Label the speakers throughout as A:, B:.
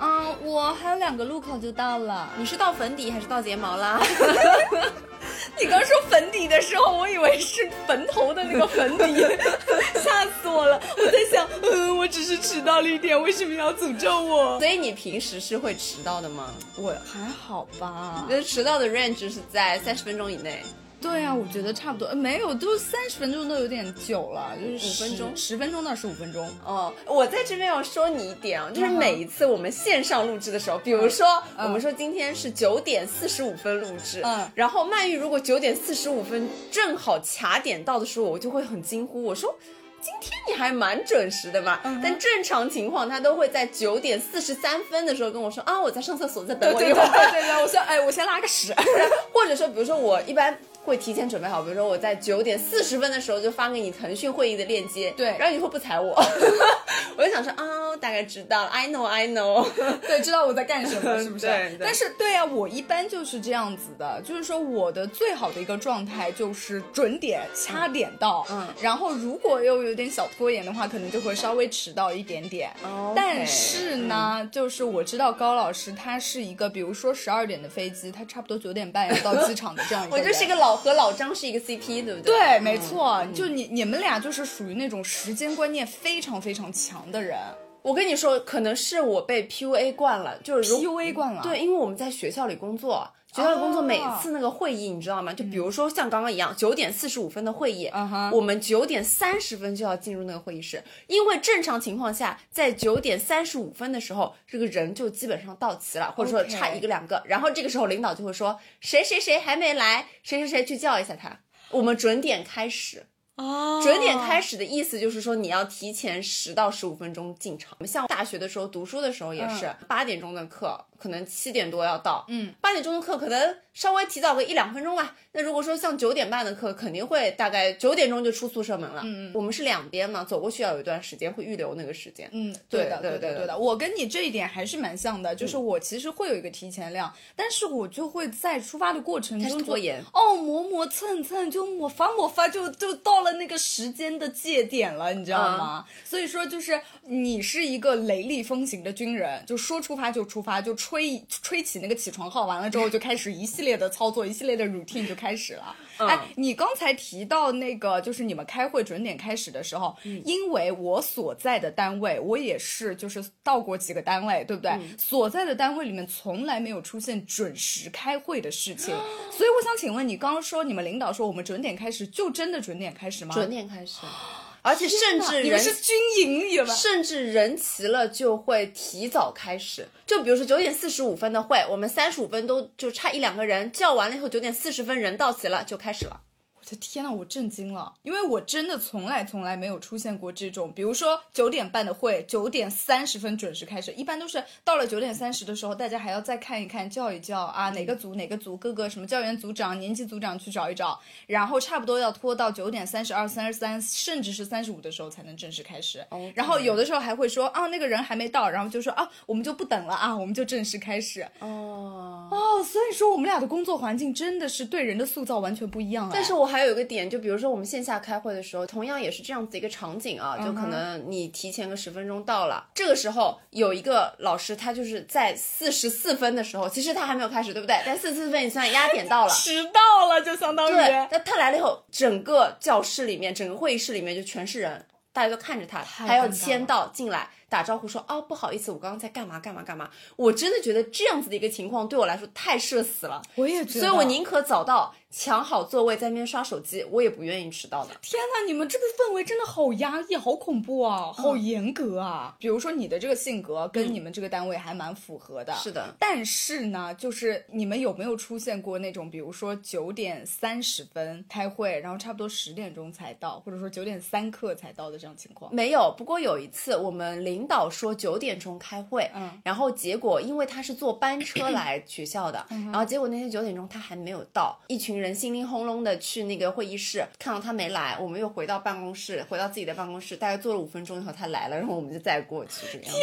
A: 嗯，我还有两个路口就到了。
B: 你是到粉底还是到睫毛啦？
A: 你刚说粉底的时候，我以为是坟头的那个粉底， 吓死我了！我在想，嗯，我只是迟到了一点，为什么要诅咒我？
B: 所以你平时是会迟到的吗？
A: 我还好吧
B: 你？的迟到的 range 是在三十分钟以内。
A: 对啊，我觉得差不多，呃没有，都三十分钟都有点久了，就是
B: 5分钟
A: 十分钟到十五分钟。
B: 哦，我在这边要说你一点啊，就是每一次我们线上录制的时候，比如说我
A: 嗯
B: 们说今天是九点四十五分录制，
A: 嗯
B: 然后曼玉如果九点四十五分正好卡点到的时候，我就会很惊呼，我说。今天你还蛮准时的嘛，
A: 嗯
B: 但正常情况他都会在九点四十三分的时候跟我说啊，我在上厕所，再等我一会儿。
A: 对对，我说，哎，我先拉个屎。
B: 或者说，比如说我一般会提前准备好，比如说我在九点四十分的时候就发给你腾讯会议的链接，
A: 对
B: 然后你会不睬 我，我就想说啊、大概知道了，I know I know，
A: 对，知道我在干什么，是不 是？
B: 对对
A: 但是对啊，我一般就是这样子的，就是说我的最好的一个状态就是准点掐点到，
B: 嗯嗯
A: 然后如果又有点小拖延的话，可能就会稍微迟到一点点。
B: 哦嗯
A: 但是呢，就是我知道高老师他是一个，比如说十二点的飞机，他差不多九点半要到机场的这样一个
B: 我
A: 人。
B: 就是一个嗯老和老张是一个 CP，对不对？
A: 对，没错，就你你们俩就是属于那种时间观念非常非常强的人
B: 我跟你说，可能是我被 PUA 惯了，就是如
A: ，PUA 惯了。哦
B: 对，因为我们在学校里工作，学校里工作每次那个会议，你知道吗？就比如说像刚刚一样，九点四十五分的会议
A: 嗯哼
B: 我们九点三十分就要进入那个会议室，因为正常情况下，在九点三十五分的时候，这个人就基本上到齐了，或者说
A: OK
B: 差一个两个然后这个时候领导就会说谁谁谁还没来，谁谁谁去叫一下他，我们准点开始。
A: 哦
B: 准点开始的意思就是说，你要提前十到十五分钟进场。像大学的时候读书的时候也是，八点钟的课可能七点多要到，
A: 嗯，
B: 八点钟的课可能稍微提早个一两分钟吧。那如果说像九点半的课，肯定会大概九点钟就出宿舍门了。嗯嗯，我们是两边嘛，走过去要有一段时间，会预留那个时间。
A: 嗯，
B: 对
A: 对的，
B: 对对
A: 对的，
B: 的嗯
A: 对的。我跟你这一点还是蛮像的，就是我其实会有一个提前量，但是我就会在出发的过程
B: 开始
A: 中
B: 拖
A: 做
B: 延
A: 哦，磨磨蹭蹭，就我发我发就就到了那个时间的界点了，你知
B: 啊
A: 道吗？所以说，就是你是一个雷厉风行的军人，就说出发就出发，就吹吹起那个起床号，完了之后就开始一系列的操作，一系列的 routine 就开始了。
B: 嗯
A: 哎，你刚才提到那个，就是你们开会准点开始的时候，
B: 嗯
A: 因为我所在的单位，我也是就是到过几个单位，对不对？
B: 嗯
A: 所在的单位里面从来没有出现准时开会的事情，
B: 啊
A: 所以我想请问你，刚刚说你们领导说我们准点开始，就真的准点开始吗？
B: 准点开始，而且甚
A: 哇
B: 至
A: 你们
B: 人
A: 是军营里吗？
B: 甚至人齐了就会提早开始。就比如说九点四十五分的会，我们三十五分都就差一两个人，叫完了以后九点四十分人到齐了就开始了。
A: 我的天呐，我震惊了，因为我真的从来从来没有出现过这种，比如说九点半的会，九点三十分准时开始，一般都是到了九点三十的时候，大家还要再看一看，叫一叫啊，哪
B: 嗯
A: 个组哪个组，各个什么教员组长、年级组长去找一找，然后差不多要拖到九点三十二、三十三，甚至是三十五的时候才能正式开始。
B: 哦
A: 然后有的时候还会说啊，那个人还没到，然后就说啊，我们就不等了啊，我们就正式开始。
B: 哦，
A: 哦，所以说我们俩的工作环境真的是对人的塑造完全不一样、哎。。
B: 但是我还有一个点，就比如说我们线下开会的时候，同样也是这样子一个场景啊，就可能你提前个十分钟到了，这个时候有一个老师，他就是在四十四分的时候，其实他还没有开始，对不对？但四十四分你算压点到了
A: 迟到了，就相当于
B: 对，那他来了以后，整个教室里面，整个会议室里面就全是人，大家都看着他，
A: 太
B: 还要
A: 尴尬
B: 签
A: 了
B: 到进来，打招呼说啊、不好意思，我刚刚在干嘛干嘛干嘛。我真的觉得这样子的一个情况对我来说太社死了，
A: 我也觉得，
B: 所以我宁可早到抢好座位在那边刷手机，我也不愿意迟到的。
A: 天呐，你们这个氛围真的好压抑，好恐怖啊，好严格啊！嗯比如说你的这个性格跟你们这个单位还蛮符合的，
B: 是的
A: 但是呢，就是你们有没有出现过那种，比如说九点三十分开会，然后差不多十点钟才到，或者说九点三刻才到的这样情况？
B: 没有，不过有一次我们领导说九点钟开会，
A: 嗯，
B: 然后结果因为他是坐班车来学校的，
A: 嗯
B: 然后结果那天九点钟他还没有到，一群人心灵轰隆的去那个会议室，看到他没来，我们又回到办公室，回到自己的办公室，大概坐了五分钟以后他来了，然后我们就再过去这个样子。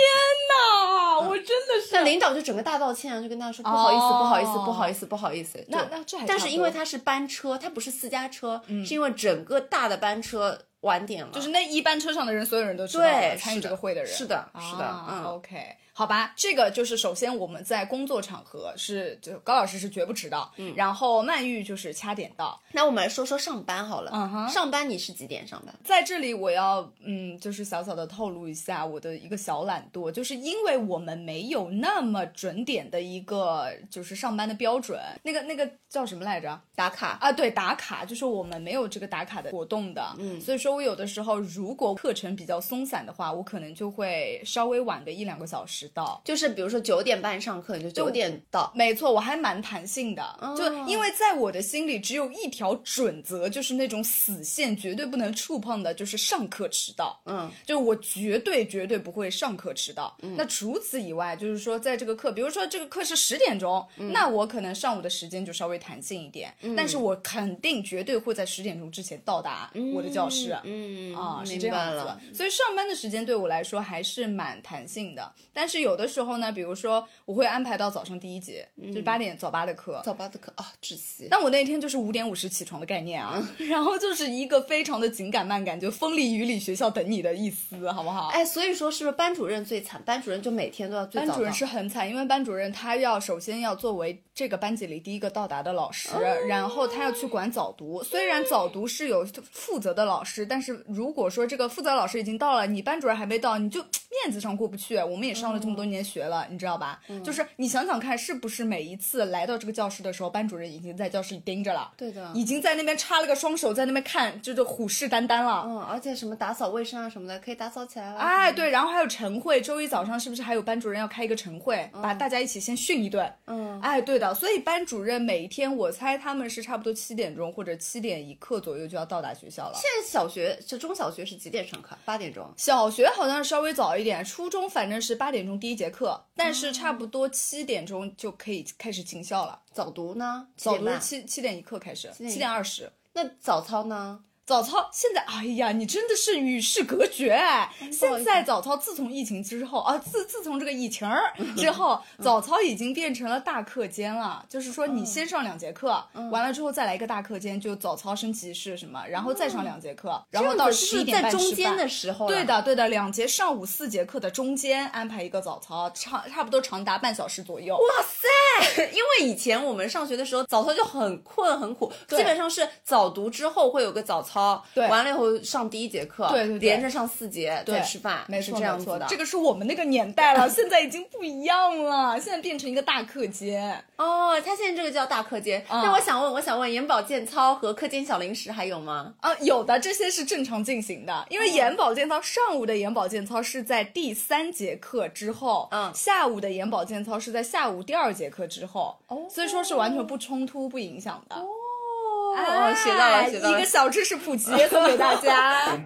A: 啊，我真的是
B: 但领导就整个大道歉啊，就跟他说
A: 哦
B: 不好意思，不好意思，不好意思，不好意思。
A: 那
B: 对
A: 哦那这还
B: 但
A: 差
B: 是
A: 不
B: 因为
A: 多
B: 他是班车，他不是私家车，是因为整个大的班车晚点了，
A: 就是那一班车上的人，所有人都知道了
B: 对
A: 参与
B: 是
A: 这
B: 的
A: 个会的人
B: 是的，是的
A: 啊，
B: 嗯。
A: OK，好吧，这个就是首先我们在工作场合是，就高老师是绝不迟到，
B: 嗯
A: 然后曼玉就是掐点到。
B: 那我们来说说上班好了。
A: 嗯哼
B: 上班你是几点上班？
A: 在这里，我要嗯，就是小小的透露一下我的一个小懒惰，就是因为我们没有那么准点的一个就是上班的标准，那个那个叫什么来着？
B: 打卡。
A: 啊，对，打卡就是我们没有这个打卡的活动的，嗯，所以说我有的时候如果课程比较松散的话，我可能就会稍微晚个一两个小时到。
B: 就是比如说九点半上课，你就九点到。
A: 没错，我还蛮弹性的，就
B: 哦
A: 因为在我的心里只有一条准则，就是那种死线绝对不能触碰的，就是上课迟到。
B: 嗯，
A: 就我绝对绝对不会上课迟到。那除此以外，就是说在这个课，比如说这个课是十点钟，
B: 嗯
A: 那我可能上午的时间就稍微弹性一点，但是我肯定绝对会在十点钟之前到达我的教室。
B: 嗯
A: 啊，是
B: 明
A: 这
B: 白
A: 样
B: 了。
A: 子，所以上班的时间对我来说还是蛮弹性的。但是有的时候呢，比如说我会安排到早上第一节，
B: 嗯
A: 就是八点早八的课，
B: 早八的课啊，窒息。
A: 但我那天就是五点五十起床的概念啊，
B: 嗯
A: 然后就是一个非常的紧赶慢赶，就风里雨里学校等你的意思，好不好？
B: 哎，所以说是不是班主任最惨？班主任就每天都要最
A: 班
B: 早
A: 主任
B: 到
A: 是很惨，因为班主任他要首先要作为这个班级里第一个到达的老师，
B: 哦
A: 然后他要去管早读。虽然早读是有负责的老师，但是如果说这个负责老师已经到了，你班主任还没到，你就面子上过不去。我们也上了这么
B: 嗯
A: 多年学了，你知道吧？就是你想想看，是不是每一次来到这个教室的时候，班主任已经在教室里盯着了？
B: 对的
A: 已经在那边插了个双手，在那边看，就是虎视眈眈了。
B: 嗯，而且什么打扫卫生啊什么的，可以打扫起来了。啊
A: 哎，对，然后还有晨会，周一早上是不是还有班主任要开一个晨会，把大家一起先训一顿？
B: 嗯，
A: 哎，对的，所以班主任每一天，我猜他们是差不多七点钟或者七点一刻左右就要到达学校了。
B: 现在小学就中小学是几点上课？八点钟。
A: 小学好像稍微早一点，初中反正是八点钟第一节课，但是差
B: 哦
A: 不多七点钟就可以开始进校了。
B: 早读呢？
A: 早
B: 7
A: 读
B: 点
A: 是
B: 半
A: 七七点一刻开始，
B: 点一
A: 七点二十。
B: 那早操呢？
A: 早操现在，哎呀，你真的是与世隔绝哎！
B: 嗯好
A: 现
B: 意思
A: 在早操自从疫情之后啊，自自从这个疫情儿之后，早操已经变成了大课间
B: 嗯
A: 了。就是说，你先上两节课，完了之后再来一个大课间，就早操升旗式什么，然后再上两节课，然后
B: 嗯这
A: 到
B: 样子
A: 十一
B: 是
A: 点
B: 在
A: 半
B: 中
A: 吃
B: 间
A: 饭
B: 的。时候啦。啊
A: 对的，对的，两节上午四节课的中间安排一个早操，长差不多长达半小时左右。
B: 哇塞！ 因为以前我们上学的时候，早操就很困很苦，
A: 对
B: 基本上是早读之后会有个早操，
A: 对
B: 完了以后上第一节课，
A: 对对对
B: 连着上四节
A: 对
B: 再吃饭，
A: 没
B: 是
A: 错，
B: 这样
A: 没
B: 子
A: 错
B: 的。
A: 这个是我们那个年代了，现在已经不一样了，现在变成一个大课间。
B: 哦，他现在这个叫大课间。
A: 嗯
B: 那我想问，我想问，眼保健操和课间小零食还有吗？
A: 啊，有的这些是正常进行的，因为
B: 哦
A: 眼保健操、上午的眼保健操是在第三节课之后，
B: 嗯
A: 下午的眼保健操是在下午第二节课之后，
B: 哦
A: 所以说是完全不冲突、不影响的。哦，
B: 哦学到了学到了
A: 一个小知识普及送给大 家。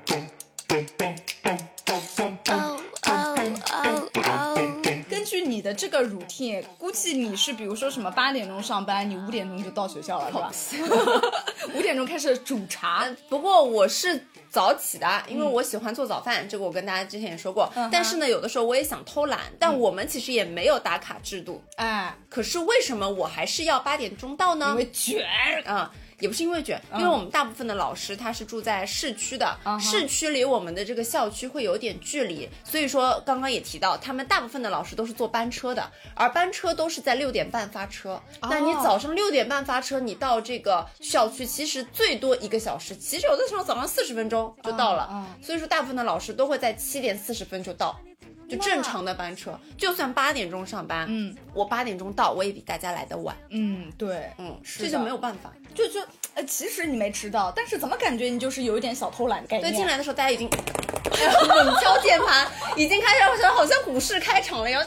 C: oh, oh, oh, oh.
A: 根据你的这个 routine，估计你是比如说什么八点钟上班，你五点钟就到学校了，是吧？ 五点钟开始煮茶，
B: 嗯，不过我是早起的，因为我喜欢做早饭，这个我跟大家之前也说过。
A: 嗯嗯哼嗯
B: 但是呢，有的时候我也想偷懒，但我们其实也没有打卡制度。
A: 哎，
B: 可是为什么我还是要八点钟到呢？
A: 因为卷。
B: 啊、也不是因为卷，因为我们大部分的老师他是住在市区的
A: 嗯嗯哼
B: 市区离我们的这个校区会有点距离，所以说刚刚也提到，他们大部分的老师都是坐班车的，而班车都是在六点半发车。
A: 哦
B: 那你早上六点半发车，你到这个校区其实最多一个小时，其实有的时候早上四十分钟就到了，
A: 嗯
B: 所以说大部分的老师都会在七点四十分就到。就正常的班车，就算八点钟上班，
A: 嗯，
B: 我八点钟到，我也比大家来的晚，
A: 嗯，对，
B: 嗯，
A: 是
B: 这就
A: 的
B: 没有办法。
A: 就就呃，其实你没迟到，但是怎么感觉你就是有一点小偷懒的概
B: 对，
A: 念？
B: 进来的时候大家已经 哎猛敲键盘，已经开始好像好像股市开场了，然后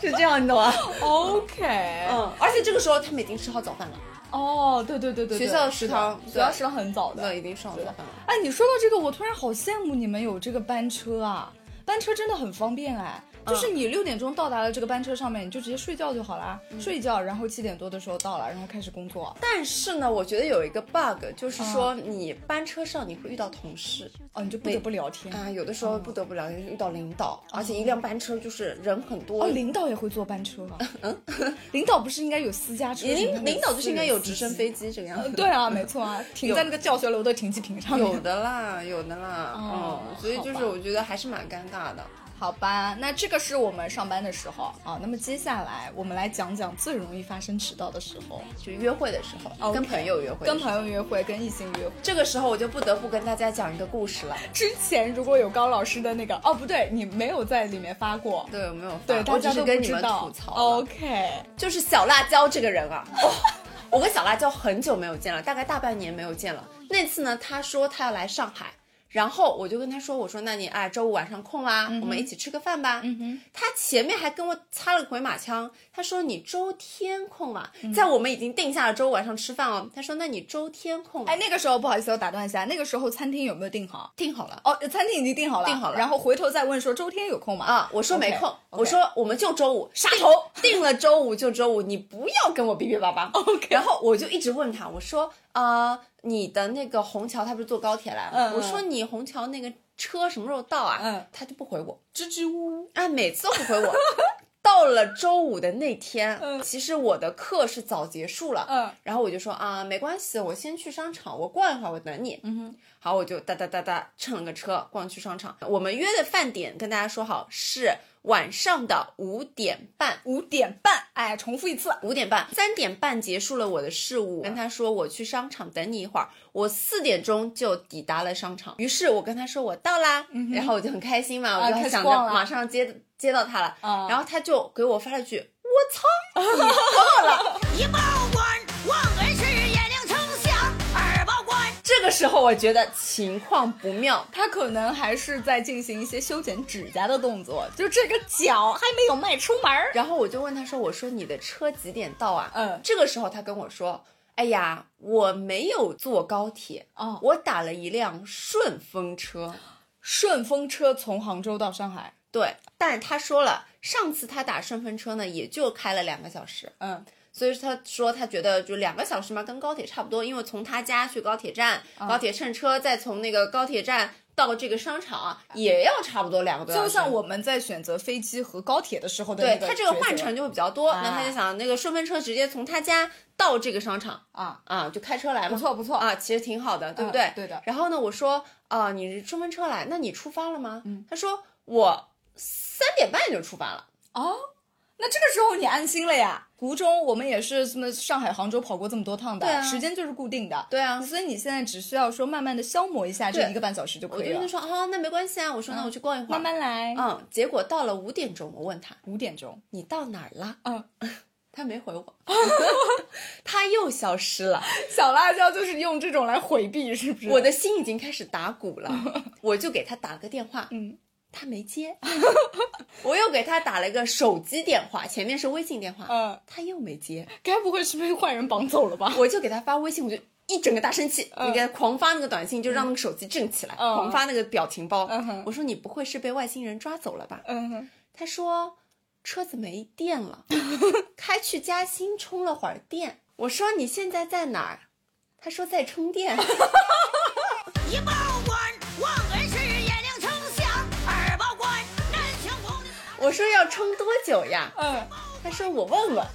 B: 是这样，你懂吗？
A: OK，
B: 嗯，而且这个时候他们已经吃好早饭了，
A: 哦，对对对对，对
B: 学校的食堂
A: 学校食堂很早
B: 那
A: 的
B: 已。经吃好
A: 对
B: 早饭了。
A: 哎，你说到这个，我突然好羡慕你们有这个班车啊！班车真的很方便哎，
B: 嗯
A: 就是你六点钟到达了这个班车上面，你就直接睡觉就好啦，
B: 嗯
A: 睡一觉，然后七点多的时候到了，然后开始工作。
B: 但是呢，我觉得有一个 bug，就是说你班车上你会遇到同事
A: 哦，你就不得不聊天。
B: 啊，有的时候不得不聊，遇到领导，而且一辆班车就是人很多
A: 哦，，领导也会坐班车啊？领导不是应该有私家车？
B: 嗯领领导就是应该有直升飞
A: 飞。
B: 机这个样子。
A: 对啊，没错啊，停在那个教学楼的停机坪 上面。
B: 有的啦，有的啦，
A: 哦
B: 嗯，所以就
A: 好
B: 是
A: 吧
B: 我觉得还是蛮尴尬的。
A: 好吧，那这个是我们上班的时候啊。那么接下来我们来讲讲最容易发生迟到的时候，
B: 就约会的时候，跟
A: OK
B: 朋友约会的时候，
A: 跟朋友约会，跟异性约会。
B: 这个时候我就不得不跟大家讲一个故事了。
A: 之前如果有高老师的那个，哦不对，你没有在里面发过。
B: 对，有没有发？
A: 对，大
B: 我只
A: 家
B: 是
A: 都
B: 跟
A: 不
B: 你
A: 知
B: 们
A: 道。
B: 吐槽了。
A: OK，
B: 哦就是小辣椒这个人啊， 哦，我跟小辣椒很久没有见了，大概大半年没有见了。那次呢，他说他要来上海，然后我就跟他说，我说那你哎，周五晚上空啦，我们一起吃个饭吧。嗯哼，他前面还跟我擦了个回马枪，他说你周天空啊，在我们已经定下了周五晚上吃饭哦。他说那你周天空、
A: 哎，
B: 哎，
A: 那个时候不好意思，我打断一下，那个时候餐厅有没有订好？
B: 定好了。
A: 哦，餐厅已经订好了，
B: 订好了
A: 然后回头再问说周天有空吗？
B: 啊，我说没空
A: OK，OK
B: 我说我们就周五，杀
A: 头
B: 定了周五就周五，你不要跟我哔哔叭叭。
A: OK
B: 然后我就一直问他，我说呃，你的那个虹桥，他不是坐高铁来吗？
A: 嗯嗯
B: 我说你虹桥那个车什么时候到啊？
A: 嗯
B: 他就不回我，
A: 支支吾吾。
B: 哎，每次都不回我。 到了周五的那天，
A: 嗯
B: 其实我的课是早结束了，
A: 嗯
B: 然后我就说啊，没关系，我先去商场，我逛一会儿，我等你。
A: 嗯哼，
B: 好，我就哒哒哒哒乘了个车逛去商场。我们约的饭点跟大家说好是晚上的五点半。
A: 五点半，哎，重复一次。
B: 五点半，三点半结束了我的事务，跟他说我去商场等你一会儿，我四点钟就抵达了商场。于是我跟他说我到啦，然后我就很开心嘛，
A: 嗯啊
B: 我就
A: 开始
B: 想着
A: 逛了
B: 马上接接到他了，
A: 啊
B: 然后他就给我发了句
D: 一报官，望闻是眼睛丞相；二报官，
B: 这个时候我觉得情况不妙，
A: 他可能还是在进行一些修剪指甲的动作，就这个脚还没有迈出门儿。
B: 然后我就问他说：“我说你的车几点到啊？”
A: 嗯
B: 这个时候他跟我说：“哎呀，我没有坐高铁，
A: 哦
B: 我打了一辆顺风车。
A: 顺风车从杭州到上海，”
B: 对，但是他说了，上次他打顺风车呢，也就开了两个小时，
A: 嗯，
B: 所以他说他觉得就两个小时嘛，跟高铁差不多，因为从他家去高铁站，
A: 哦
B: 高铁乘车，再从那个高铁站到这个商场也要差不多两个多小时。
A: 哦就像我们在选择飞机和高铁的时候的
B: 对
A: 那
B: 他这
A: 个
B: 个换乘
A: 抉
B: 就会比较多，
A: 啊
B: 那他就想那个顺风车直接从他家到这个商场
A: 择啊，
B: 啊，就开车来嘛，
A: 不错不错
B: 啊，其实挺好的，对不
A: 嗯
B: 对？
A: 对的
B: 然后呢，我说啊、你顺风车来，那你出发了吗？
A: 嗯
B: 他说我三点半就出发了。
A: 哦，那这个时候你安心了呀。途中我们也是这么上海、杭州跑过这么多趟的，
B: 对啊
A: 时间就是固定的，
B: 对啊
A: 所以你现在只需要说慢慢的消磨一下这
B: 对
A: 一个半小时就
B: 我
A: 可
B: 就
A: 以
B: 跟
A: 了
B: 他，说啊，那没关系啊，我说那我去逛一会儿，
A: 嗯慢慢来，
B: 嗯，结果到了五点钟，我问他
A: 五点钟，
B: 你到哪儿了？
A: 嗯，
B: 他没回我， 他又消失了。
A: 小辣椒就是用这种来回避，是不是？
B: 我的心已经开始打鼓 了，我就给他打了个电话，嗯，他没 接，我又给他打了个手机电话，前面是微信电话，
A: 嗯
B: 他又没接，
A: 该不会是被坏人绑走了吧？
B: 我就给他发微信，我就一整个大生气，你给他狂发那个短信，就让那个手机震起来，
A: 嗯
B: 狂发那个表情包
A: 嗯哼，
B: 我说你不会是被外星人抓走了吧？
A: 嗯哼，
B: 他说车子没电 了，开去嘉兴充了会儿电。我说你现在在哪儿？他说在充电。
D: 一报官，望闻是眼睛丞相；二报官，南墙红的
B: 我说要充多久呀？
A: 嗯，
B: 他说我问 问，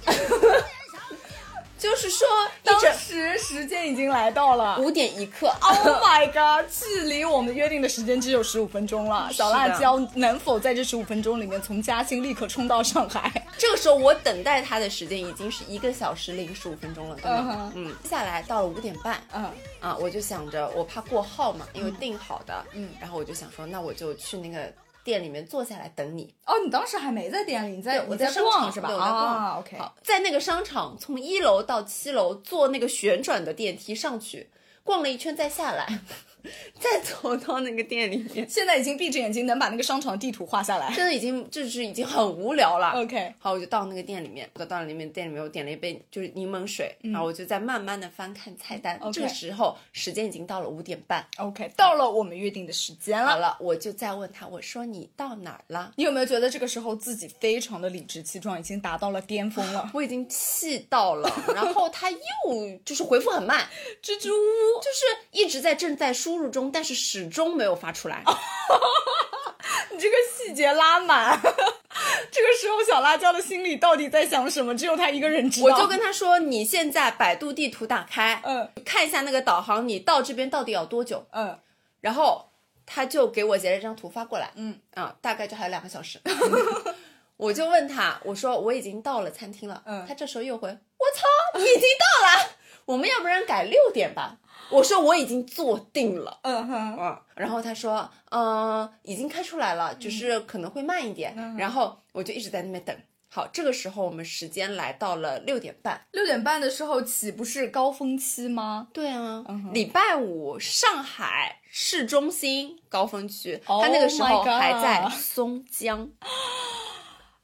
B: 就是说
A: 当
B: 一整
A: 时时间已经来到了。
B: 五点一刻，
A: Oh my god！距离我们约定的时间只有十五分钟了，小辣椒能否在这十五分钟里面从嘉兴立刻冲到上海？
B: 这个时候我等待他的时间已经是一个小时零十五分钟了，对吗
A: 嗯哼
B: 嗯，接下来到了五点半，
A: 嗯，嗯
B: 啊，我就想着我怕过号嘛，因为定好的，嗯，然后我就想说，那我就去那个店里面坐下来等你。
A: 哦，你当时还没在店哎里，你在
B: 对，我
A: 在
B: 商
A: 逛
B: 场
A: 是吧？
B: 对，我在逛。
A: 啊，OK。
B: 好，在那个商场从一楼到七楼坐那个旋转的电梯上去，逛了一圈再下来， 再走到那个店里面，
A: 现在已经闭着眼睛能把那个商场地图画下来。
B: 真的已经就是已经很无聊了。
A: OK，
B: 好，我就到那个店里面，我到那里面店里面，我点了一杯就是柠檬水，然后我就在慢慢的翻看菜单。
A: 嗯 OK
B: 这个时候时间已经到了五点半，
A: OK，到了我们约定的时间
B: 好
A: 了。
B: 了，我就再问他，我说你到哪儿了？？
A: 你有没有觉得这个时候自己非常的理直气壮，已经达到了巅峰 了
B: 我已经气到了，然后他又就是回复很慢，
A: 蜘蛛屋，
B: 就是一直在正在输入中，但是始终没有发出来。
A: 你这个细节拉满。 这个时候，小辣椒的心里到底在想什么？只有他一个人知道。
B: 我就跟他说，你现在百度地图打开，
A: 嗯
B: 看一下那个导航，你到这边到底要多久？
A: 嗯，
B: 然后他就给我截了一张图发过来，
A: 嗯
B: 啊，大概就还有两个小时。 我就问他，我说我已经到了餐厅了，
A: 嗯
B: 他这时候又回，我操，你已经到了， 我们要不然改六点吧？我说我已经坐定了。
A: 嗯嗯哼，
B: 嗯，然后他说，嗯、已经开出来了，只是可能会慢一点。
A: 嗯
B: 然后我就一直在那边等。好，这个时候我们时间来到了六点半。
A: 六点半的时候岂不是高峰期吗？
B: 对啊
A: 嗯哼
B: 礼拜五上海市中心高峰区，
A: Oh
B: 他那个时候
A: my god
B: 还在松 江。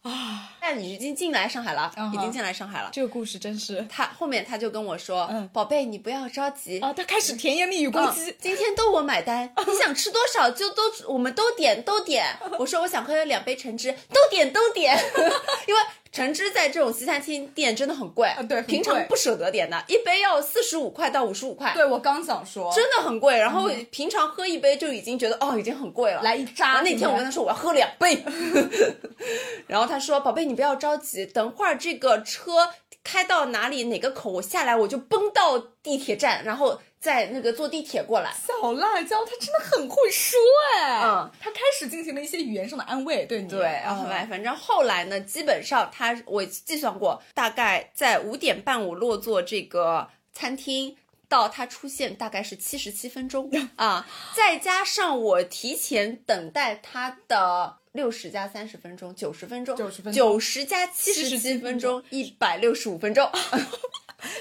B: 啊，但你已经进来上海了
A: 嗯哼
B: 已经进来上海了。
A: 这个故事真是
B: 他后面他就跟我说，
A: 嗯
B: 宝贝，你不要着急。
A: 啊，他开始甜言蜜语攻
B: 嗯
A: 击。
B: 今天都我买 单，你想吃多少就都，我们都点都点。我说我想喝两杯橙汁，都点都点， 因为橙汁在这种西餐厅店真的很贵，
A: 啊对很贵
B: 平常不舍得点的，一杯要四十五块到五十五块，
A: 对，我刚想说，
B: 真的很贵。然后平常喝一杯就已经觉得哦，已经很贵了。
A: 来啊一扎。
B: 啊那天我跟他说我要喝两杯， 然后他说宝贝你不要着急，等会儿这个车开到哪里哪个口我下来我就奔到地铁站，然后再那个坐地铁过来。
A: 小辣椒，他真的很会说哎，
B: 嗯，
A: 他开始进行了一些语言上的安慰，对你，
B: 对，然后反反正后来呢，基本上他我计算过，大概在五点半我落座这个餐厅。到他出现大概是七十七分 钟啊，再加上我提前等待他的六十加三十分钟，九十分钟，
A: 90分钟
B: 九十加七十七分钟，啊一百六十五分钟。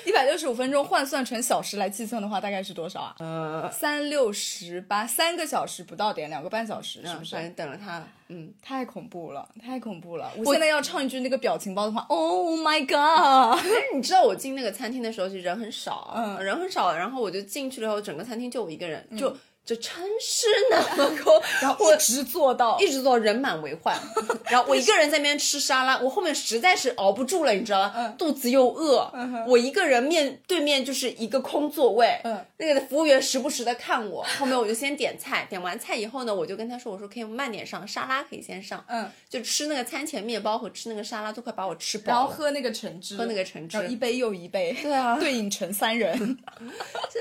A: 一百六十五分钟换算成小时来计算的话，大概是多少啊？呃，三六十八，三个小时不到点，两个半小时，是不是？
B: 反正等了他，嗯，
A: 太恐怖了，太恐怖了！我现在要唱一句那个表情包的话，Oh my god！
B: 但是你知道我进那个餐厅的时候，就人很少，啊
A: 嗯
B: 人很少，然后我就进去了以后，整个餐厅就我一个人，就这城市那么 高，
A: 然 后一直做到，
B: 一直到人满为 患，然后我一个人在那边吃沙拉，我后面实在是熬不住了，你知道吗？
A: 嗯
B: 肚子又饿，我一个人面对面就是一个空座位，
A: 嗯
B: 那个服务员时不时的看我，后面我就先点菜，点完菜以后呢，我就跟他说，我说可以慢点上，沙拉可以先上，
A: 嗯，
B: 就吃那个餐前面包和吃那个沙拉都快把我吃
A: 然
B: 饱
A: 后
B: 了，
A: 喝那个橙汁，
B: 喝那个橙汁
A: 然后一杯又一杯，
B: 对啊
A: 对饮成三人。
B: 真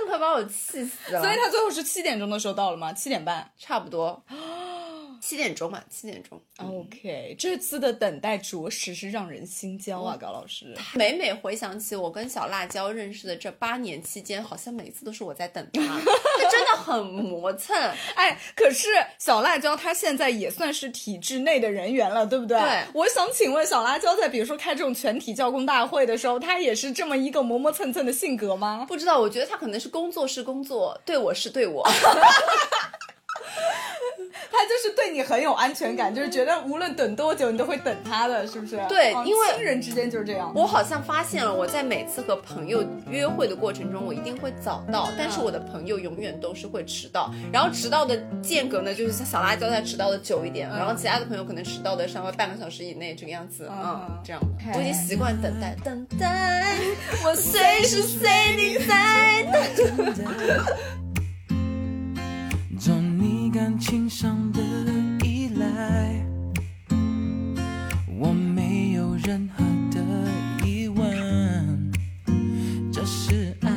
B: 的快把我气死了，
A: 所以他最后是七点钟的时候到了吗？七点半。
B: 差不多
A: 哦
B: 七点钟吧，七点钟。
A: 嗯 OK，这次的等待着实是让人心焦啊，高老师。
B: 每每回想起我跟小辣椒认识的这八年期间，好像每次都是我在等他，他真的很磨蹭。
A: 哎，可是小辣椒她现在也算是体制内的人员了，对不对？
B: 对
A: 我想请问小辣椒，在比如说开这种全体教工大会的时候，她也是这么一个磨磨蹭蹭的性格吗？
B: 不知道，我觉得他可能是工作是工作，对我是对我。
A: 她就是对你很有安全感，就是觉得无论等多久，你都会等她的，是不是？
B: 对
A: 哦
B: 因为
A: 亲人之间就是这样。
B: 我好像发现了，我在每次和朋友约会的过程中，我一定会早到，但是我的朋友永远都是会迟到。然后迟到的间隔呢，就是像小辣椒她迟到的久一点，然后其他的朋友可能迟到的稍微半个小时以内这个样子，
A: 嗯
B: 嗯，这样的。我已经
A: OK
B: 习惯等待，等待，我随时随地在等。
E: 做你感情上的依赖，我没有任何的疑问，这是爱。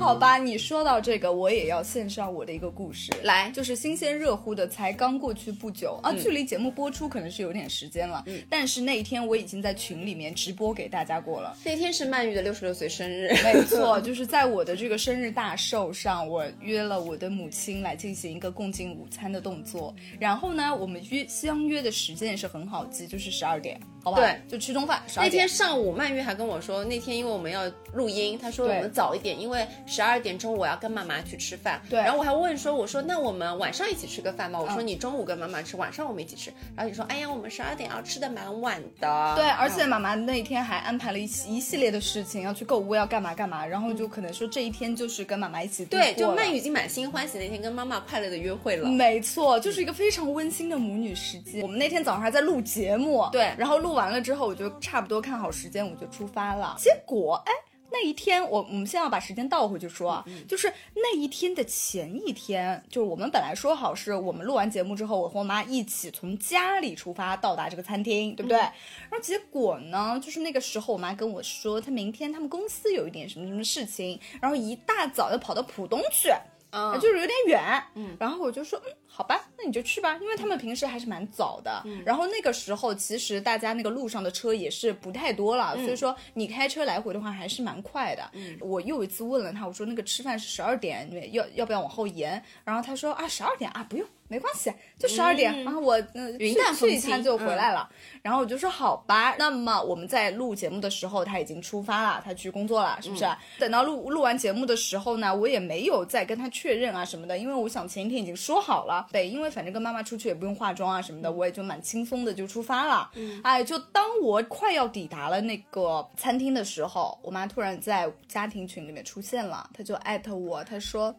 A: 好好吧，你说到这个，我也要献上我的一个故事，
B: 来
A: 就是新鲜热乎的，才刚过去不久啊，距离节目播出可能是有点时间了，但是那一天我已经在群里面直播给大家过了。
B: 那天是曼玉的六十六岁生日，
A: 没错，就是在我的这个生日大寿上，我约了我的母亲来进行一个共进午餐的动作。然后呢，我们约相约的时间也是很好记，就是十二点，好不好？
B: 对
A: 就吃中饭。12
B: 那天
A: 点
B: 上午，曼玉还跟我说，那天因为我们要录音，她说我
A: 对
B: 们早一点，因为十二点钟我要跟妈妈去吃饭。
A: 对
B: 然后我还问说，我说那我们晚上一起吃个饭吧。我说
A: 嗯
B: 你中午跟妈妈吃，晚上我们一起吃。然后你说，哎呀，我们十二点要吃的蛮晚的。
A: 对，而
B: 嗯
A: 且妈妈那天还安排了一系一系列的事情，要去购物，要干嘛干嘛，然后就可能说这一天就是跟妈妈一起度
B: 嗯对，就
A: 过了
B: 曼玉已经满心欢喜那天跟妈妈快乐的约会了。嗯
A: 没错，就是一个非常温馨的母女时间。我们那天早上还在录节目，
B: 对
A: 然后录完了之后，我就差不多看好时间，我就出发
B: 嗯
A: 了。结果，哎。那一天，我我们现在要把时间倒回去说啊，
B: 嗯
A: 就是那一天的前一天，就是我们本来说好是我们录完节目之后，我和我妈一起从家里出发到达这个餐厅，对不对？
B: 嗯
A: 然后结果呢，就是那个时候我妈跟我说，她明天他们公司有一点什么什么事情，然后一大早要跑到浦东去，
B: 嗯，
A: 就是有点远。嗯，然后我就说，嗯，好吧，那你就去吧，因为他
B: 嗯
A: 们平时还是蛮早的。然后那个时候其实大家那个路上的车也是不太多
B: 嗯
A: 了，所以说你开车来回的话还是蛮快的。嗯，我又一次问了他，我说那个吃饭是十二点，你要要不要往后延？然后他说啊，十二点啊，不用。没关系，就十二点，然后我嗯、
B: 云
A: 去
B: 淡风
A: 去一
B: 轻
A: 餐就回
B: 嗯
A: 来了。然后我就说好吧，那么我们在录节目的时候，他已经出发了，他去工作了，是不是？等到录录完节目的时候呢，我也没有再跟他确认啊什么的，因为我想前一天已经说好了，对，因为反正跟妈妈出去也不用化妆啊什么的，我也就蛮轻松的就出发了。哎，就当我快要抵达了那个餐厅的时候，我妈突然在家庭群里面出现了，她就艾特我，她说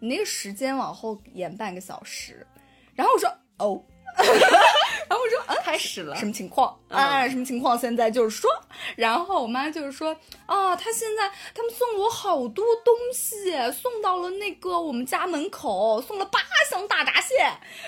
A: 你那个时间往后延半个小时，然后我说哦。然后我说，嗯，
B: 开始了
A: 什。么情况啊？什么情况？现在就是说，然后我妈就是说，啊，她现在他们送了我好多东西，送到了那个我们家门口，送了八箱大闸蟹。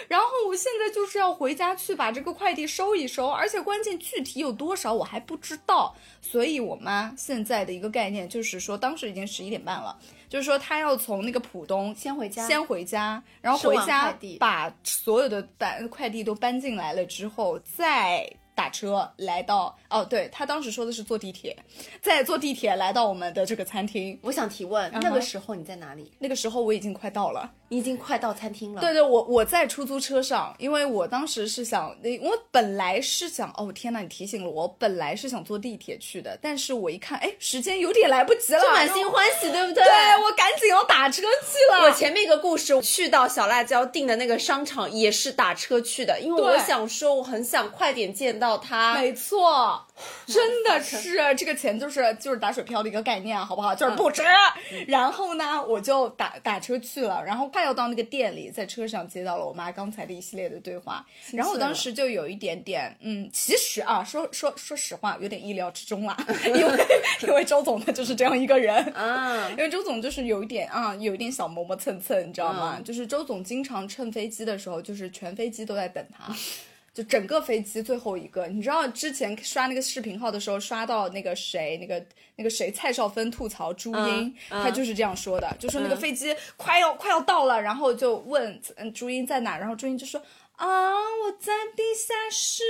A: 然后我现在就是要回家去把这个快递收一收，而且关键具体有多少我还不知道。所以我妈现在的一个概念就是说，当时已经十一点半了，就是说她要从那个浦东
B: 先回家
A: 先回家，然后
B: 收
A: 回
B: 完
A: 家
B: 快递
A: 把所有的搬快递都搬进来了之后，再打车来到哦，对他当时说的是坐地铁，再坐地铁来到我们的这个餐厅。
B: 我想提问，
A: 嗯哼
B: 那个时候你在哪里？
A: 那个时候我已经快到了，
B: 你已经快到餐厅了。
A: 对对，我我在出租车上，因为我当时是想，那我本来是想，哦天呐，你提醒了我，我本来是想坐地铁去的，但是我一看，哎，时间有点来不及了，
B: 就满心欢喜，对不对？
A: 对我赶紧要打车去了。
B: 我前面一个故事，去到小辣椒订的那个商场也是打车去的，因为我
A: 对
B: 想说我很想快点见到他。
A: 没错，真的是这个钱就是就是打水漂的一个概念，好不好？就是不值。 然后呢，我就打打车去了，然后快要到那个店里，在车上接到了我妈刚才的一系列的对话，然后我当时就有一点点，嗯，其实啊，说说说实话，有点意料之中啦，因为因为周总他就是这样一个人。
B: 啊，
A: 因为周总就是有一点啊，有一点小磨磨蹭蹭，你知道吗？就是周总经常乘飞机的时候，就是全飞机都在等他，就整个飞机最后一个。你知道之前刷那个视频号的时候，刷到那个谁，那个那个谁蔡少芬吐槽朱茵，他就是这样说的，就说那个飞机快要、快要到了，然后就问嗯朱茵在哪，然后朱茵就说。啊，我在地下室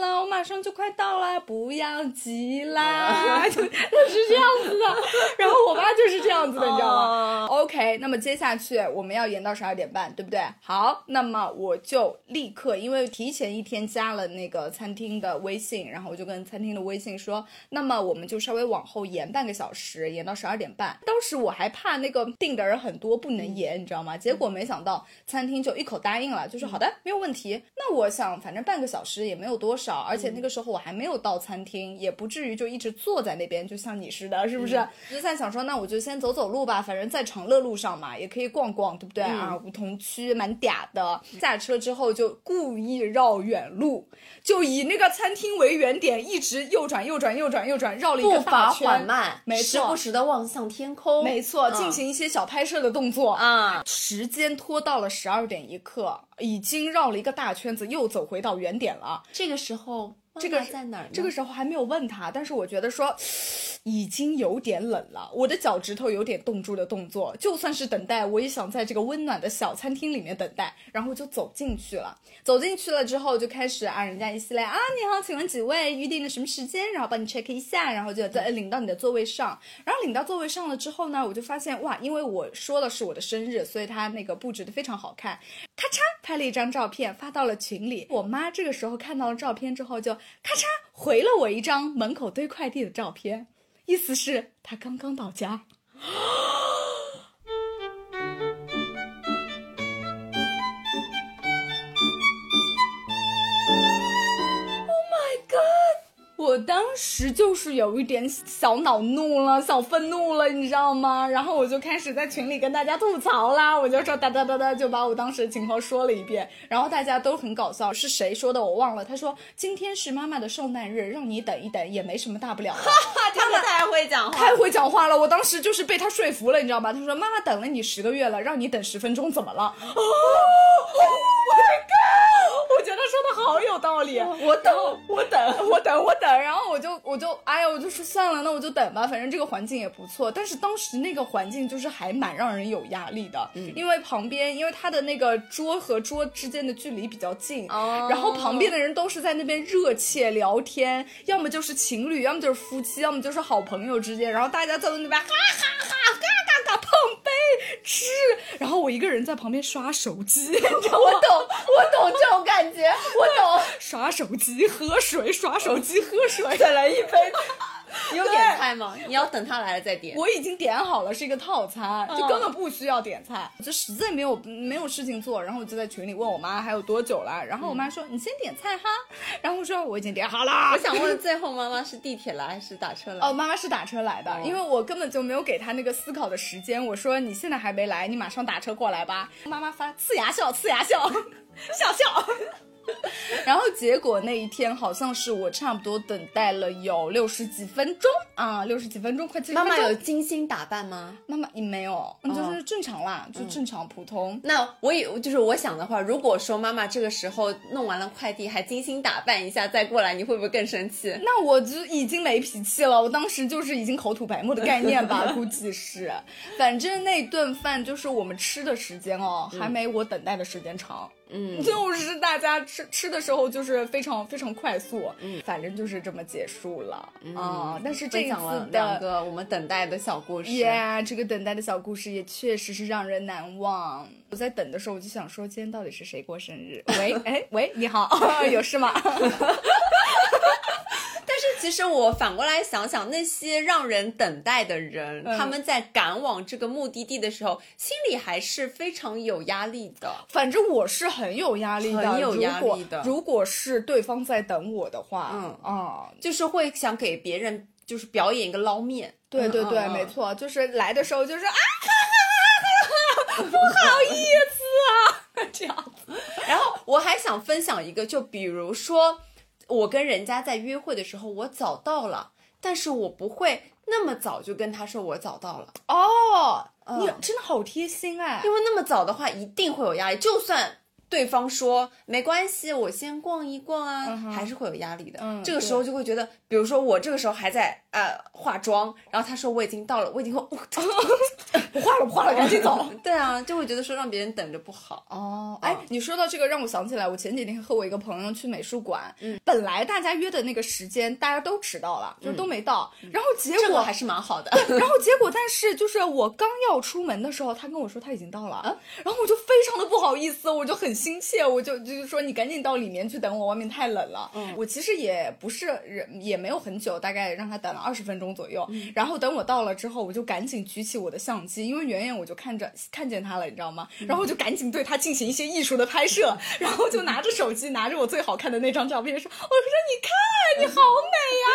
A: 了，我马上就快到了，不要急啦， 就就是这样子的。 然后我妈就是这样子的，你知道吗？OK，那么接下去我们要延到十二点半，对不对？好，那么我就立刻，因为提前一天加了那个餐厅的微信，然后我就跟餐厅的微信说，那么我们就稍微往后延半个小时，延到十二点半。当时我还怕那个订的人很多不
B: 嗯
A: 能延，你知道吗？结果没想到餐厅就一口答应了，
B: 嗯
A: 就是好的，没有问题。那我想反正半个小时也没有多少，而且
B: 嗯
A: 那个时候我还没有到餐厅，也不至于就一直坐在那边，就像你似的，是不是？
B: 嗯
A: 就在想说，那我就先走走路吧，反正在长乐路上嘛，也可以逛逛，对不对、
B: 嗯
A: 啊？梧桐区蛮嗲的。下车之后就故意绕远路，就以那个餐厅为原点，一直右转右转右转右转，绕了一
B: 步
A: 个
B: 伐
A: 大圈
B: 缓慢，
A: 没
B: 时
A: 错
B: 不。时的望向天空。
A: 没错，
B: 嗯
A: 进行一些小拍摄的动作啊。
B: 啊，
A: 时间拖到了
B: 嗯
A: 十二点一刻，已经绕了一个大圈子，又走回到原点了。
B: 这个时候
A: 这个
B: 妈妈在哪儿呢
A: 这个时候还没有问他，但是我觉得说已经有点冷了，我的脚趾头有点冻住的动作。就算是等待，我也想在这个温暖的小餐厅里面等待。然后就走进去了，走进去了之后就开始啊，人家一系列啊，你好，请问几位，预定了什么时间？然后帮你 check 一下，然后就再领到你的座位上。然后领到座位上了之后呢，我就发现哇，因为我说的是我的生日，所以他那个布置的非常好看，咔嚓拍了一张照片发到了群里。我妈这个时候看到了照片之后就咔嚓回了我一张门口堆快递的照片，意思是她刚刚到家。我当时就是有一点小恼怒了，小愤怒了，你知道吗？然后我就开始在群里跟大家吐槽啦，我就说哒哒哒哒，就把我当时的情况说了一遍，然后大家都很搞笑，是谁说的我忘了。他说今天是妈妈的受难日，让你等一等也没什么大不了的。
B: 他们太会讲话
A: 太会讲话了，我当时就是被他说服了，你知道吗？他说妈妈等了你十个月了，让你等十分钟怎么了？哦，Oh my god！我觉得说的好有道理，我等，我等， 我等，我等，然后我就我就哎呀，我就说算了，那我就等吧，反正这个环境也不错。但是当时那个环境就是还蛮让人有压力的，因为旁边因为他的那个桌和桌之间的距离比较近，
B: 哦
A: 然后旁边的人都是在那边热切聊天，要么就是情侣，要么就是夫妻，要么就是好朋友之间，然后大家坐在那边哈哈哈嘎嘎嘎碰杯吃，然后我一个人在旁边刷手机，你知道吗？
B: 我懂，我懂这种感 觉，我懂，
A: 刷手机喝水，刷手机喝水，哦再来一杯。
B: 你有点菜吗？你要等他来了再点。
A: 我已经点好了，是一个套餐，
B: 嗯
A: 就根本不需要点菜。我就实在没有没有事情做，然后我就在群里问我妈还有多久了，然后我妈说、你先点菜哈， 然后我说我已经点好了。
B: 我想问，最后妈妈是地铁来还是打车来？
A: 哦，，妈妈是打车来的，
B: 嗯
A: 因为我根本就没有给她那个思考的时间。我说你现在还没来，你马上打车过来吧。 妈妈发呲牙笑，呲牙笑， 笑笑。 然后结果那一天好像是我差不多等待了有六十几分钟啊，六十几分钟，快七十
B: 妈
A: 分
B: 妈
A: 钟。
B: 有精心打扮吗？
A: 妈妈，你嗯没
B: 哦
A: 有，你就是正常啦，
B: 嗯
A: 就正常普通。
B: 那我也就是我想的话，如果说妈妈这个时候弄完了快递，还精心打扮一下再过来，你会不会更生气？
A: 那我就已经没脾气了，我当时就是已经口吐白沫的概念 吧，估计是。反正那顿饭就是我们吃的时间哦，还没我等待的时间长。
B: 嗯，
A: 就是大家吃吃的时候就是非常非常快速，嗯，反正就是这么结束了、啊。但是这
B: 嗯分
A: 一
B: 享
A: 次
B: 了两
A: 的。
B: 个我们等待的小故事。
A: 耶这个等待的小故事也确实是让人难忘。我在等的时候，我就想说，今天到底是谁过生日？喂，哎，喂，你好， 有事吗？
B: 但是其实我反过来想想，那些让人等待的人，
A: 嗯
B: 他们在赶往这个目的地的时候，心里还是非常有压力的。
A: 反正我是很有压力的，
B: 很有压力的
A: 如果如果是对方在等我的话，
B: 嗯
A: 啊、
B: 就是会想给别人就是表演一个捞面。
A: 对对对，
B: 嗯嗯
A: 没错，就是来的时候就是啊，不好意思啊，这样。
B: 然后我还想分享一个，就比如说我跟人家在约会的时候，我早到了，但是我不会那么早就跟他说我早到了，
A: 哦，
B: 嗯
A: 你真的好贴心哎
B: 因！为那么早的话一定会有压力，就算。对方说没关系，我先逛一逛啊，
A: 嗯哼
B: 还是会有压力的。
A: 嗯
B: 这个时候就会觉得，比如说我这个时候还在呃化妆，然后他说我已经到了，我已经我、
A: 不画了，不画了， 赶紧走。
B: 对啊，就会觉得说让别人等着不好。
A: 哦，
B: 啊
A: 哎，你说到这个，让我想起来，我前几天和我一个朋友去美术馆，嗯，本来大家约的那个时间，大家都迟到了，就是都没到，然后结
B: 嗯这
A: 果
B: 个还是蛮好 的。
A: 然后结果，但是就是我刚要出门的时候，他跟我说他已经到了，然后我就非常的不好意思，我就很心切，我就就是说你赶紧到里面去等我，外面太冷了。我其实也不是人，也没有很久，大概让他等了二十分钟左右。然后等我到了之后，我就赶紧举起我的相机，因为远远我就看着看见他了，你知道吗？然后我就赶紧对他进行一些艺术的拍摄，然后就拿着手机，拿着我最好看的那张照片说，我说你看，你好美呀、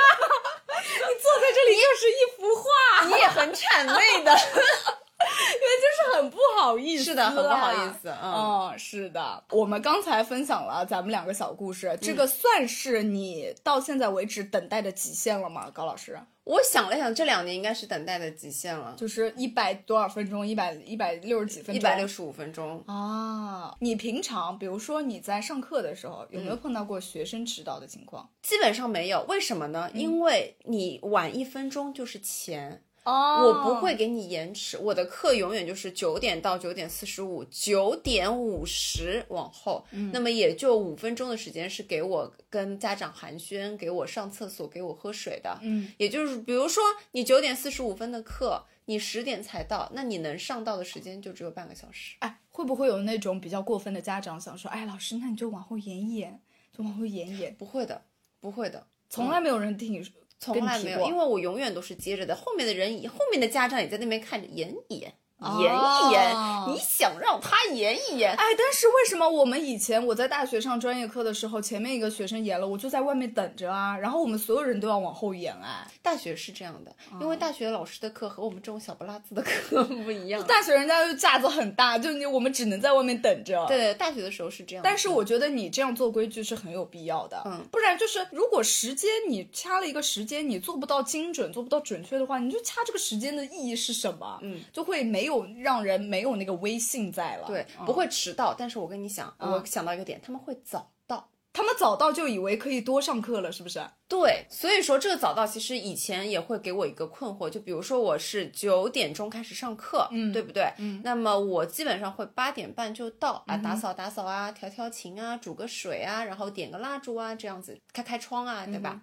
A: 你坐在这里又是一幅画，
B: 你也很谄媚的，
A: 因为就是很不好意思，
B: 是的，很不好意。思，嗯，
A: 嗯，是的，我们刚才分享了咱们两个小故事，
B: 嗯
A: 这个算是你到现在为止等待的极限了吗，高老师？
B: 我想了想，这两年应该是等待的极限了，
A: 就是一百多少分钟，一百一百六十几分
B: 一
A: 钟，
B: 百六十五分钟。
A: 啊。你平常比如说你在上课的时候，有没有碰到过学生迟到的情况？
B: 基本上没有，为什么呢？因
A: 嗯
B: 为你晚一分钟就是钱，
A: 哦
B: 我不会给你延迟。我的课永远就是九点到九点四十五，九点五十往后，
A: 嗯
B: 那么也就五分钟的时间是给我跟家长寒暄，给我上厕所，给我喝水的。
A: 嗯，
B: 也就是比如说你九点四十五分的课，你十点才到，那你能上到的时间就只有半个小时。
A: 哎，会不会有那种比较过分的家长想说，哎，老师，那你就往后延一延，就往后延一延，
B: 不会的，不会的。
A: 从来没有人听你说，
B: 从
A: 跟你
B: 来
A: 提
B: 没有，
A: 过
B: 因为我永远都是接着的。后面的人，后面的家长也在那边看着演一演，
A: 哦
B: 演一演，你想让他演一演，
A: 哎，但是为什么我们以前我在大学上专业课的时候，前面一个学生延了，我就在外面等着啊，然后我们所有人都要往后延哎。
B: 大学是这样的，因
A: 嗯
B: 为大学老师的课和我们这种小不拉几的课 不一样。
A: 大学人家就架子很大，就你我们只能在外面等着。
B: 对。对，大学的时候是这样的，
A: 但是我觉得你这样做规矩是很有必要的，
B: 嗯，
A: 不然就是如果时间你掐了一个时间，你做不到精准，做不到准确的话，你就掐这个时间的意义是什么？
B: 嗯，
A: 就会没有让人没有那个威信在了。
B: 对
A: 嗯
B: 不会迟到。但是我跟你讲，
A: 嗯
B: 我想到一个点，他们会早到。
A: 他们早到就以为可以多上课了，是不
B: 哎
A: 是？
B: 对，所以说这个早到其实以前也会给我一个困惑，就比如说我是九点钟开始上课，
A: 嗯
B: 对不对？
A: 嗯
B: 那么我基本上会八点半就到啊，打扫打扫啊，调调情啊，煮个水啊，然后点个蜡烛啊，这样子开开窗啊，
A: 嗯
B: 对吧？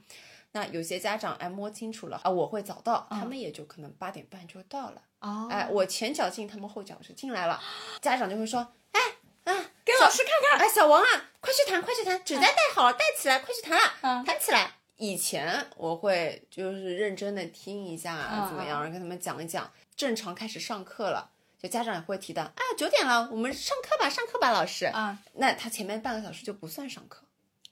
B: 那有些家长哎摸清楚了啊，我会早到，他们也就可能八点半就到了。
A: 嗯哦
B: 哎，我前脚进，他们后脚就进来了，家长就会说，哎啊，
A: 给老师看看。
B: 哎，小王啊，快去弹，快去弹，纸袋带好了，带起来，快去弹啊，
A: 哎 嗯
B: 弹起来。以前我会就是认真的听一下
A: 嗯
B: 怎么样，然后跟他们讲一讲。正常开始上课了，就家长也会提到啊，九点了，我们上课吧，上课吧，老师。
A: 啊
B: 那他前面半个小时就不算上课，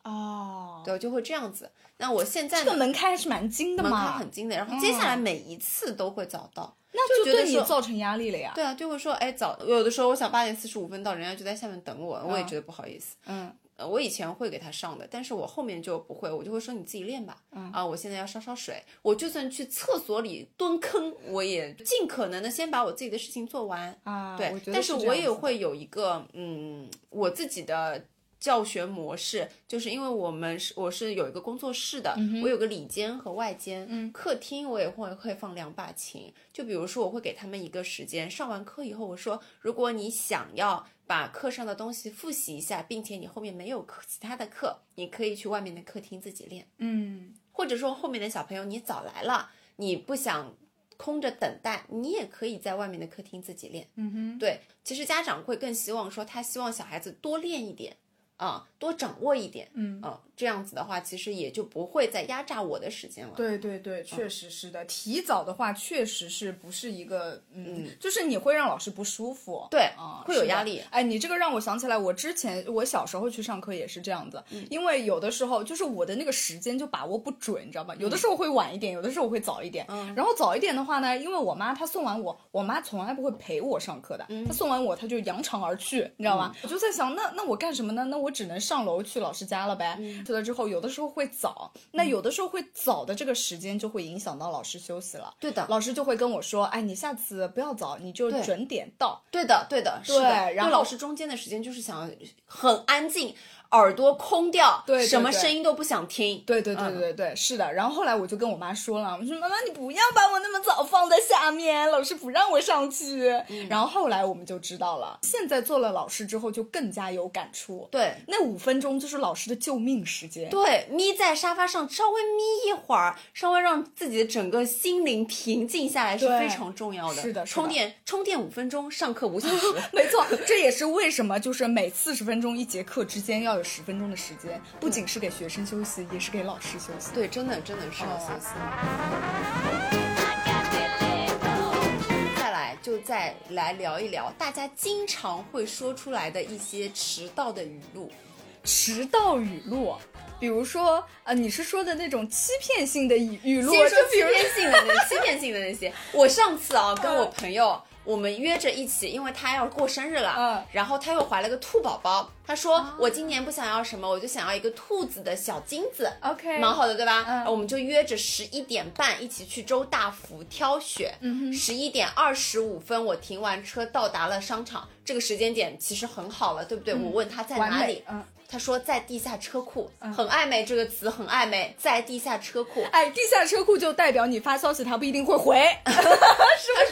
A: 哦，
B: 对，就会这样子。那我现在
A: 这个门嗯槛还是蛮精的
B: 门槛
A: 嘛，
B: 很精的，然后接下来每一次都会早到。
A: 那
B: 就
A: 就
B: 觉得
A: 对你
B: 说
A: 造成压力了呀。
B: 对啊，就会说，哎，早有的时候我想八点四十五分到，人家就在下面等我，我也
A: 嗯
B: 觉得不好意思。
A: 嗯，
B: 呃，我以前会给他上的，但是我后面就不会，我就会说你自己练吧。
A: 嗯
B: 啊，我现在要烧烧水，我就算去厕所里蹲坑，我也尽可能的先把我自己的事情做完。
A: 啊，
B: 对
A: 我，觉得
B: 但
A: 是这
B: 我
A: 样
B: 也
A: 子
B: 会有一个嗯，我自己的。教学模式就是因为我们是我是有一个工作室的，我有个里间和外间，
A: 嗯
B: 客厅我也会会放两把琴。就比如说，我会给他们一个时间，上完课以后，我说，如果你想要把课上的东西复习一下，并且你后面没有课其他的课，你可以去外面的客厅自己练。
A: 嗯
B: 或者说后面的小朋友你早来了，你不想空着等待，你也可以在外面的客厅自己练。
A: 嗯哼，
B: 对，其实家长会更希望说，他希望小孩子多练一点啊，多掌握一点，
A: 嗯
B: 啊，这样子的话，其实也就不会再压榨我的时间了。，
A: 对对对，
B: 嗯
A: 确实是的。提早的话，确实是不是一个嗯，就是你会让老师不舒服。
B: 对
A: 啊，
B: 会有
A: 是的
B: 压力
A: 哎，你这个让我想起来，我之前我小时候去上课也是这样子，
B: 嗯
A: 因为有的时候就是我的那个时间就把握不准，你知道吧？
B: 嗯
A: 有的时候会晚一点，有的时候会早一点。然后早一点的话呢，因为我妈她送完我，我妈从来不会陪我上课的，
B: 嗯
A: 她送完我她就扬长而去，你知道吗？我就在想，那那我干什么呢？那我只能上楼去老师家了呗。
B: 嗯
A: 去了之后，有的时候会早，那有的时候会早的这个时间就会影响到老师休息了。
B: 对的，
A: 老师就会跟我说，哎，你下次不要早，你就
B: 对
A: 准点到。
B: 对的，对的，是
A: 对
B: 的。
A: 然
B: 因为
A: 后
B: 老师中间的时间就是想很安静，耳朵空掉，
A: 对对
B: 什么
A: 对
B: 声音都不想听。
A: 对对对
B: 嗯
A: 对对对，是的。然后后来我就跟我妈说了，我说妈妈，你不要把我那么早放在下面，老师不让我上去。
B: 嗯
A: 然后后来我们就知道了，现在做了老师之后就更加有感触。
B: 对
A: 那五分钟就是老师的救命时间。
B: 对，眯在沙发上稍微眯一会儿，稍微让自己的整个心灵平静下来是
A: 对
B: 非常重要的。
A: 是的是的
B: 充电充电五分钟，上课五小 时。
A: 没错，这也是为什么就是每四十分钟一节课之间要有十分钟的时间，不仅是给学生休息，也是给老师休息。
B: 对，真的真的是要
A: 哦
B: 休息。再来就再来聊一聊大家经常会说出来的一些迟到的语录。
A: 迟到语录，比如说，呃，你是说的那种欺骗性的语语录，
B: 先说
A: 就
B: 欺
A: 比如 嗯
B: 骗性的那欺骗性的那些。我上次啊，跟我朋友我们约着一起，因为她要过生日了，
A: 嗯啊
B: 然后她又怀了个兔宝宝。她说、我今年不想要什么，我就想要一个兔子的小金子。
A: OK
B: 蛮好的，对吧？
A: 嗯
B: 我们就约着十一点半一起去周大福挑选。
A: 嗯
B: 十一、点二十五分，我停完车到达了商场，这个时间点其实很好了，对不对？我问她在
A: 嗯完
B: 哪
A: 美
B: 里，
A: 嗯，
B: 她说在地下车库。很暧昧这个词，很暧昧，在地下车库。
A: 哎，地下车库就代表你发消息，他不一定 会回，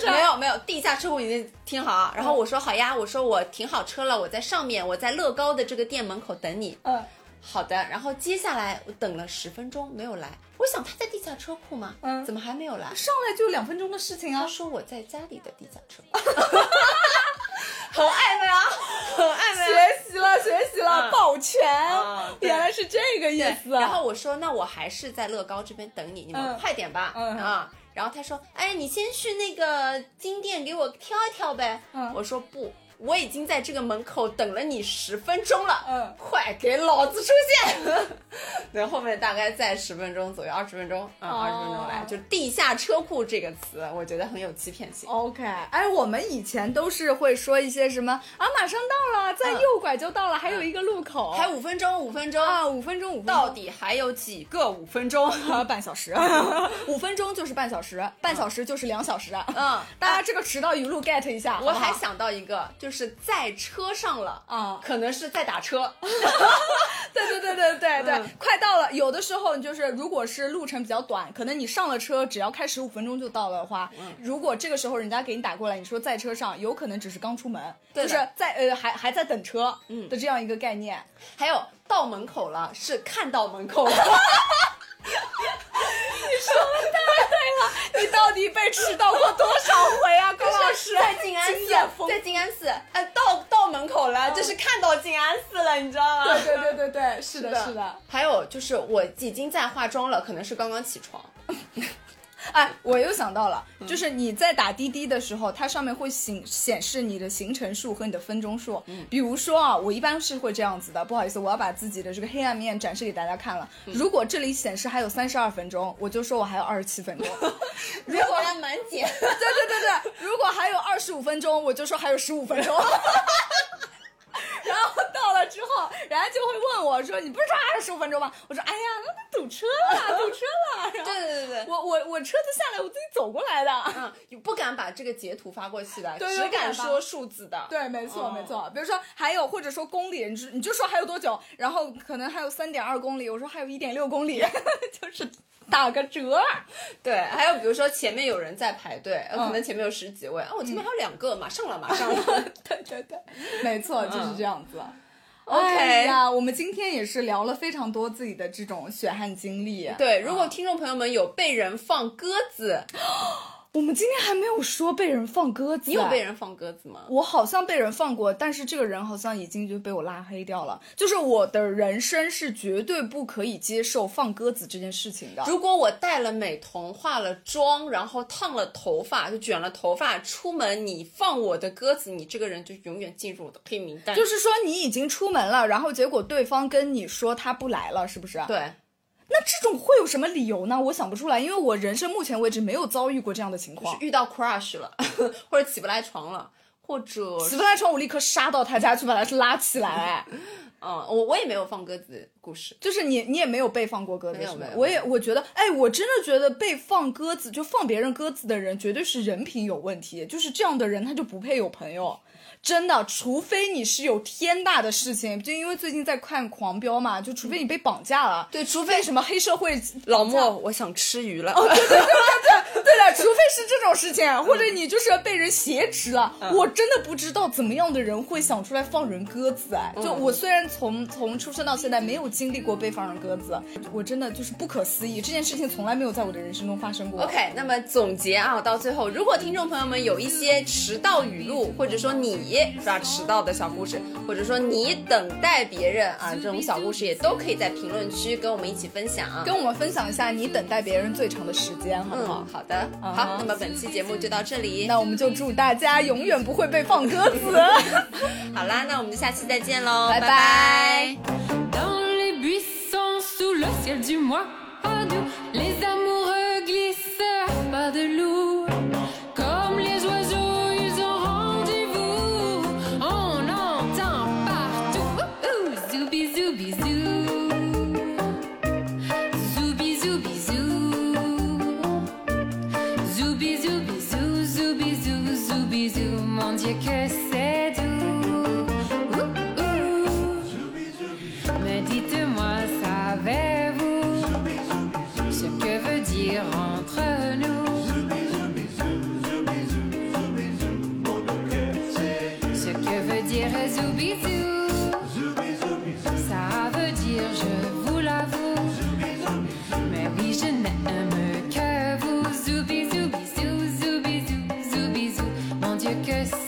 B: 是没有没有，地下车库已经停好啊。然后我说好呀，我说我停好车了，我在上面，我在乐高的这个店门口等你。
A: 嗯
B: 好的，然后接下来我等了十分钟没有来，我想他在地下车库吗？
A: 嗯
B: 怎么还没有来？
A: 上来就两分钟的事情
B: 他
A: 啊，
B: 说我在家里的地下车库，很暧昧啊，很暧昧啊、
A: 学习了，学习了，
B: 嗯
A: 抱拳
B: 嗯，对
A: 原来是这个意
B: 对，
A: 思啊。
B: 然后我说那我还是在乐高这边等你，你们
A: 嗯
B: 快点吧，
A: 嗯
B: 啊。然后他说：“哎，你先去那个金店给我挑一挑呗。
A: 嗯
B: 我说：“不，我已经在这个门口等了你十分钟了，
A: 嗯
B: 快给老子出现！” 对，后面大概在十分钟左右，二十分钟，
A: 哦
B: 嗯，二十、分钟来，就地下车库这个词，我觉得很有欺骗性。
A: OK，哎，我们以前都是会说一些什么啊，马上到了，在右拐就到了，还有一个路口，
B: 嗯还五分钟，五分钟，
A: 哦啊，五分钟，五分钟
B: 到底还有几个五分钟？
A: 啊， 半 小时，五分钟就是半小时，半小时就是两小时啊。
B: 嗯，
A: 大家这个迟到语录 get 一下，
B: 我
A: 好不
B: 还
A: 好
B: 想到一个，就是在车上了，
A: 啊
B: 可能是在打车，
A: 对对对对对对，快到了。有的时候就是，如果是路程比较短，可能你上了车只要开十五分钟就到了的话，如果这个时候人家给你打过来，你说在车上，有可能只是刚出门，
B: 对
A: 就
B: 的
A: 是在呃还还在等车的这样一个概念。
B: 还有到门口了，是看到门 口了，
A: 你到底被迟到过多少回 啊，高老师？
B: 在静安
A: 经
B: 寺
A: 验，丰
B: 在静安寺，哎，到到门口了，就是看到静安寺了，你知道吗？
A: 对对对对对，嗯是的，是的。
B: 还有就是我已经在化妆了，可能是刚刚起床，
A: 哎，我又想到了，就是你在打滴滴的时候，它上面会显显示你的行程数和你的分钟数。比如说啊，我一般是会这样子的，不好意思，我要把自己的这个黑暗面展示给大家看了。如果这里显示还有三十二分钟，我就说我还有二十七分钟。 如果
B: 还蛮简。
A: 对对对对，如果还有二十五分钟，我就说还有十五分钟。 然后到了之后，人家就会问我说：“你不是说还有十五分钟吗？”我说：“哎呀，那堵车了，堵车了。”然后
B: 对对对对
A: 我我我车子下来，我自己走过来的。
B: 嗯，你不敢把这个截图发过去的，
A: 对
B: 只
A: 不敢
B: 敢
A: 发
B: 说数字的。
A: 对，没错、
B: 哦
A: 没错。比如说还有，或者说公里，你就你就说还有多久，然后可能还有三点二公里，我说还有一点 六公里，就是打个折。
B: 对，还有比如说前面有人在排队，呃
A: 嗯
B: 可能前面有十几位，啊，我前面还有两个，马上了，马上了。
A: 对对对，没错，就是这样子。
B: 嗯 OK
A: 哎呀，我们今天也是聊了非常多自己的这种血汗经历。，
B: 对，如果听众朋友们有被人放鸽子，
A: 我们今天还没有说被人放鸽子，
B: 你有被？人放鸽子吗？
A: 我好像被人放过，但是这个人好像已经就被我拉黑掉了。就是我的人生是绝对不可以接受放鸽子这件事情的。
B: 如果我戴了美瞳、化了妆，然后烫了头发，就卷了头发出门，你放我的鸽子，你这个人就永远进入我的黑名单。
A: 就是说你已经出门了，然后结果对方跟你说他不来了，是不是？
B: 对，
A: 那这种会有什么理由呢？我想不出来，因为我人生目前为止没有遭遇过这样的情
B: 就
A: 况
B: 是。遇到 crush 了， 或者起不来床了，或者
A: 死不赖床，我立刻杀到他家去把他拉起来。
B: 嗯，我我也没有放鸽子故事。
A: 就是你，你也没有被放过鸽子，
B: 没有
A: 是吗
B: 没有
A: 我也我觉得，哎，我真的觉得被放鸽子，就放别人鸽子的人，绝对是人品有问题。就是这样的人，他就不配有朋友。真的，除非你是有天大的事情，就因为最近在看《狂飙》嘛，就除非你被绑架了，
B: 对，除
A: 被什么黑社会
B: 老莫，我想吃鱼了。
A: 对的，除非是这种事情，或者你就是被人挟持了。
B: 嗯
A: 我真的不知道怎么样的人会想出来放人鸽子哎！
B: 嗯
A: 就我虽然从从出生到现在没有经历过被放人鸽子，我真的就是不可思议，这件事情从来没有在我的人生中发生过。
B: OK，那么总结啊，到最后，如果听众朋友们有一些迟到语录，或者说你是吧迟到的小故事，或者说你等待别人啊这种小故事，也都可以在评论区跟我们一起分享啊。
A: 跟我们分享一下你等待别人最长的时间，好不好？
B: 嗯，好的，好，那么本期节目就到这里，
A: 那我们就祝大家永远不会被放鸽 子。
B: 好啦，那我们就下期再见喽，
A: 拜
B: 拜
A: 拜
B: 拜
F: Dans les buissons, sous le ciel du mois, pas doux, les amoureux glissèrent pas de loup. Comme les oiseaux, ils ont bisous, zou bisous, mon Dieu que c'est doux. Ouh, ouh. Mais dites-moi, savez-vous ce que veut dire entre nous? Ce que veut dire zou bisous? Ça veut dire je vous l'avoue. Mais oui, je n'aime que vous. Zoubi, zoubi, zou, zoubi, zou, zoubi, zou. Mon Dieu, que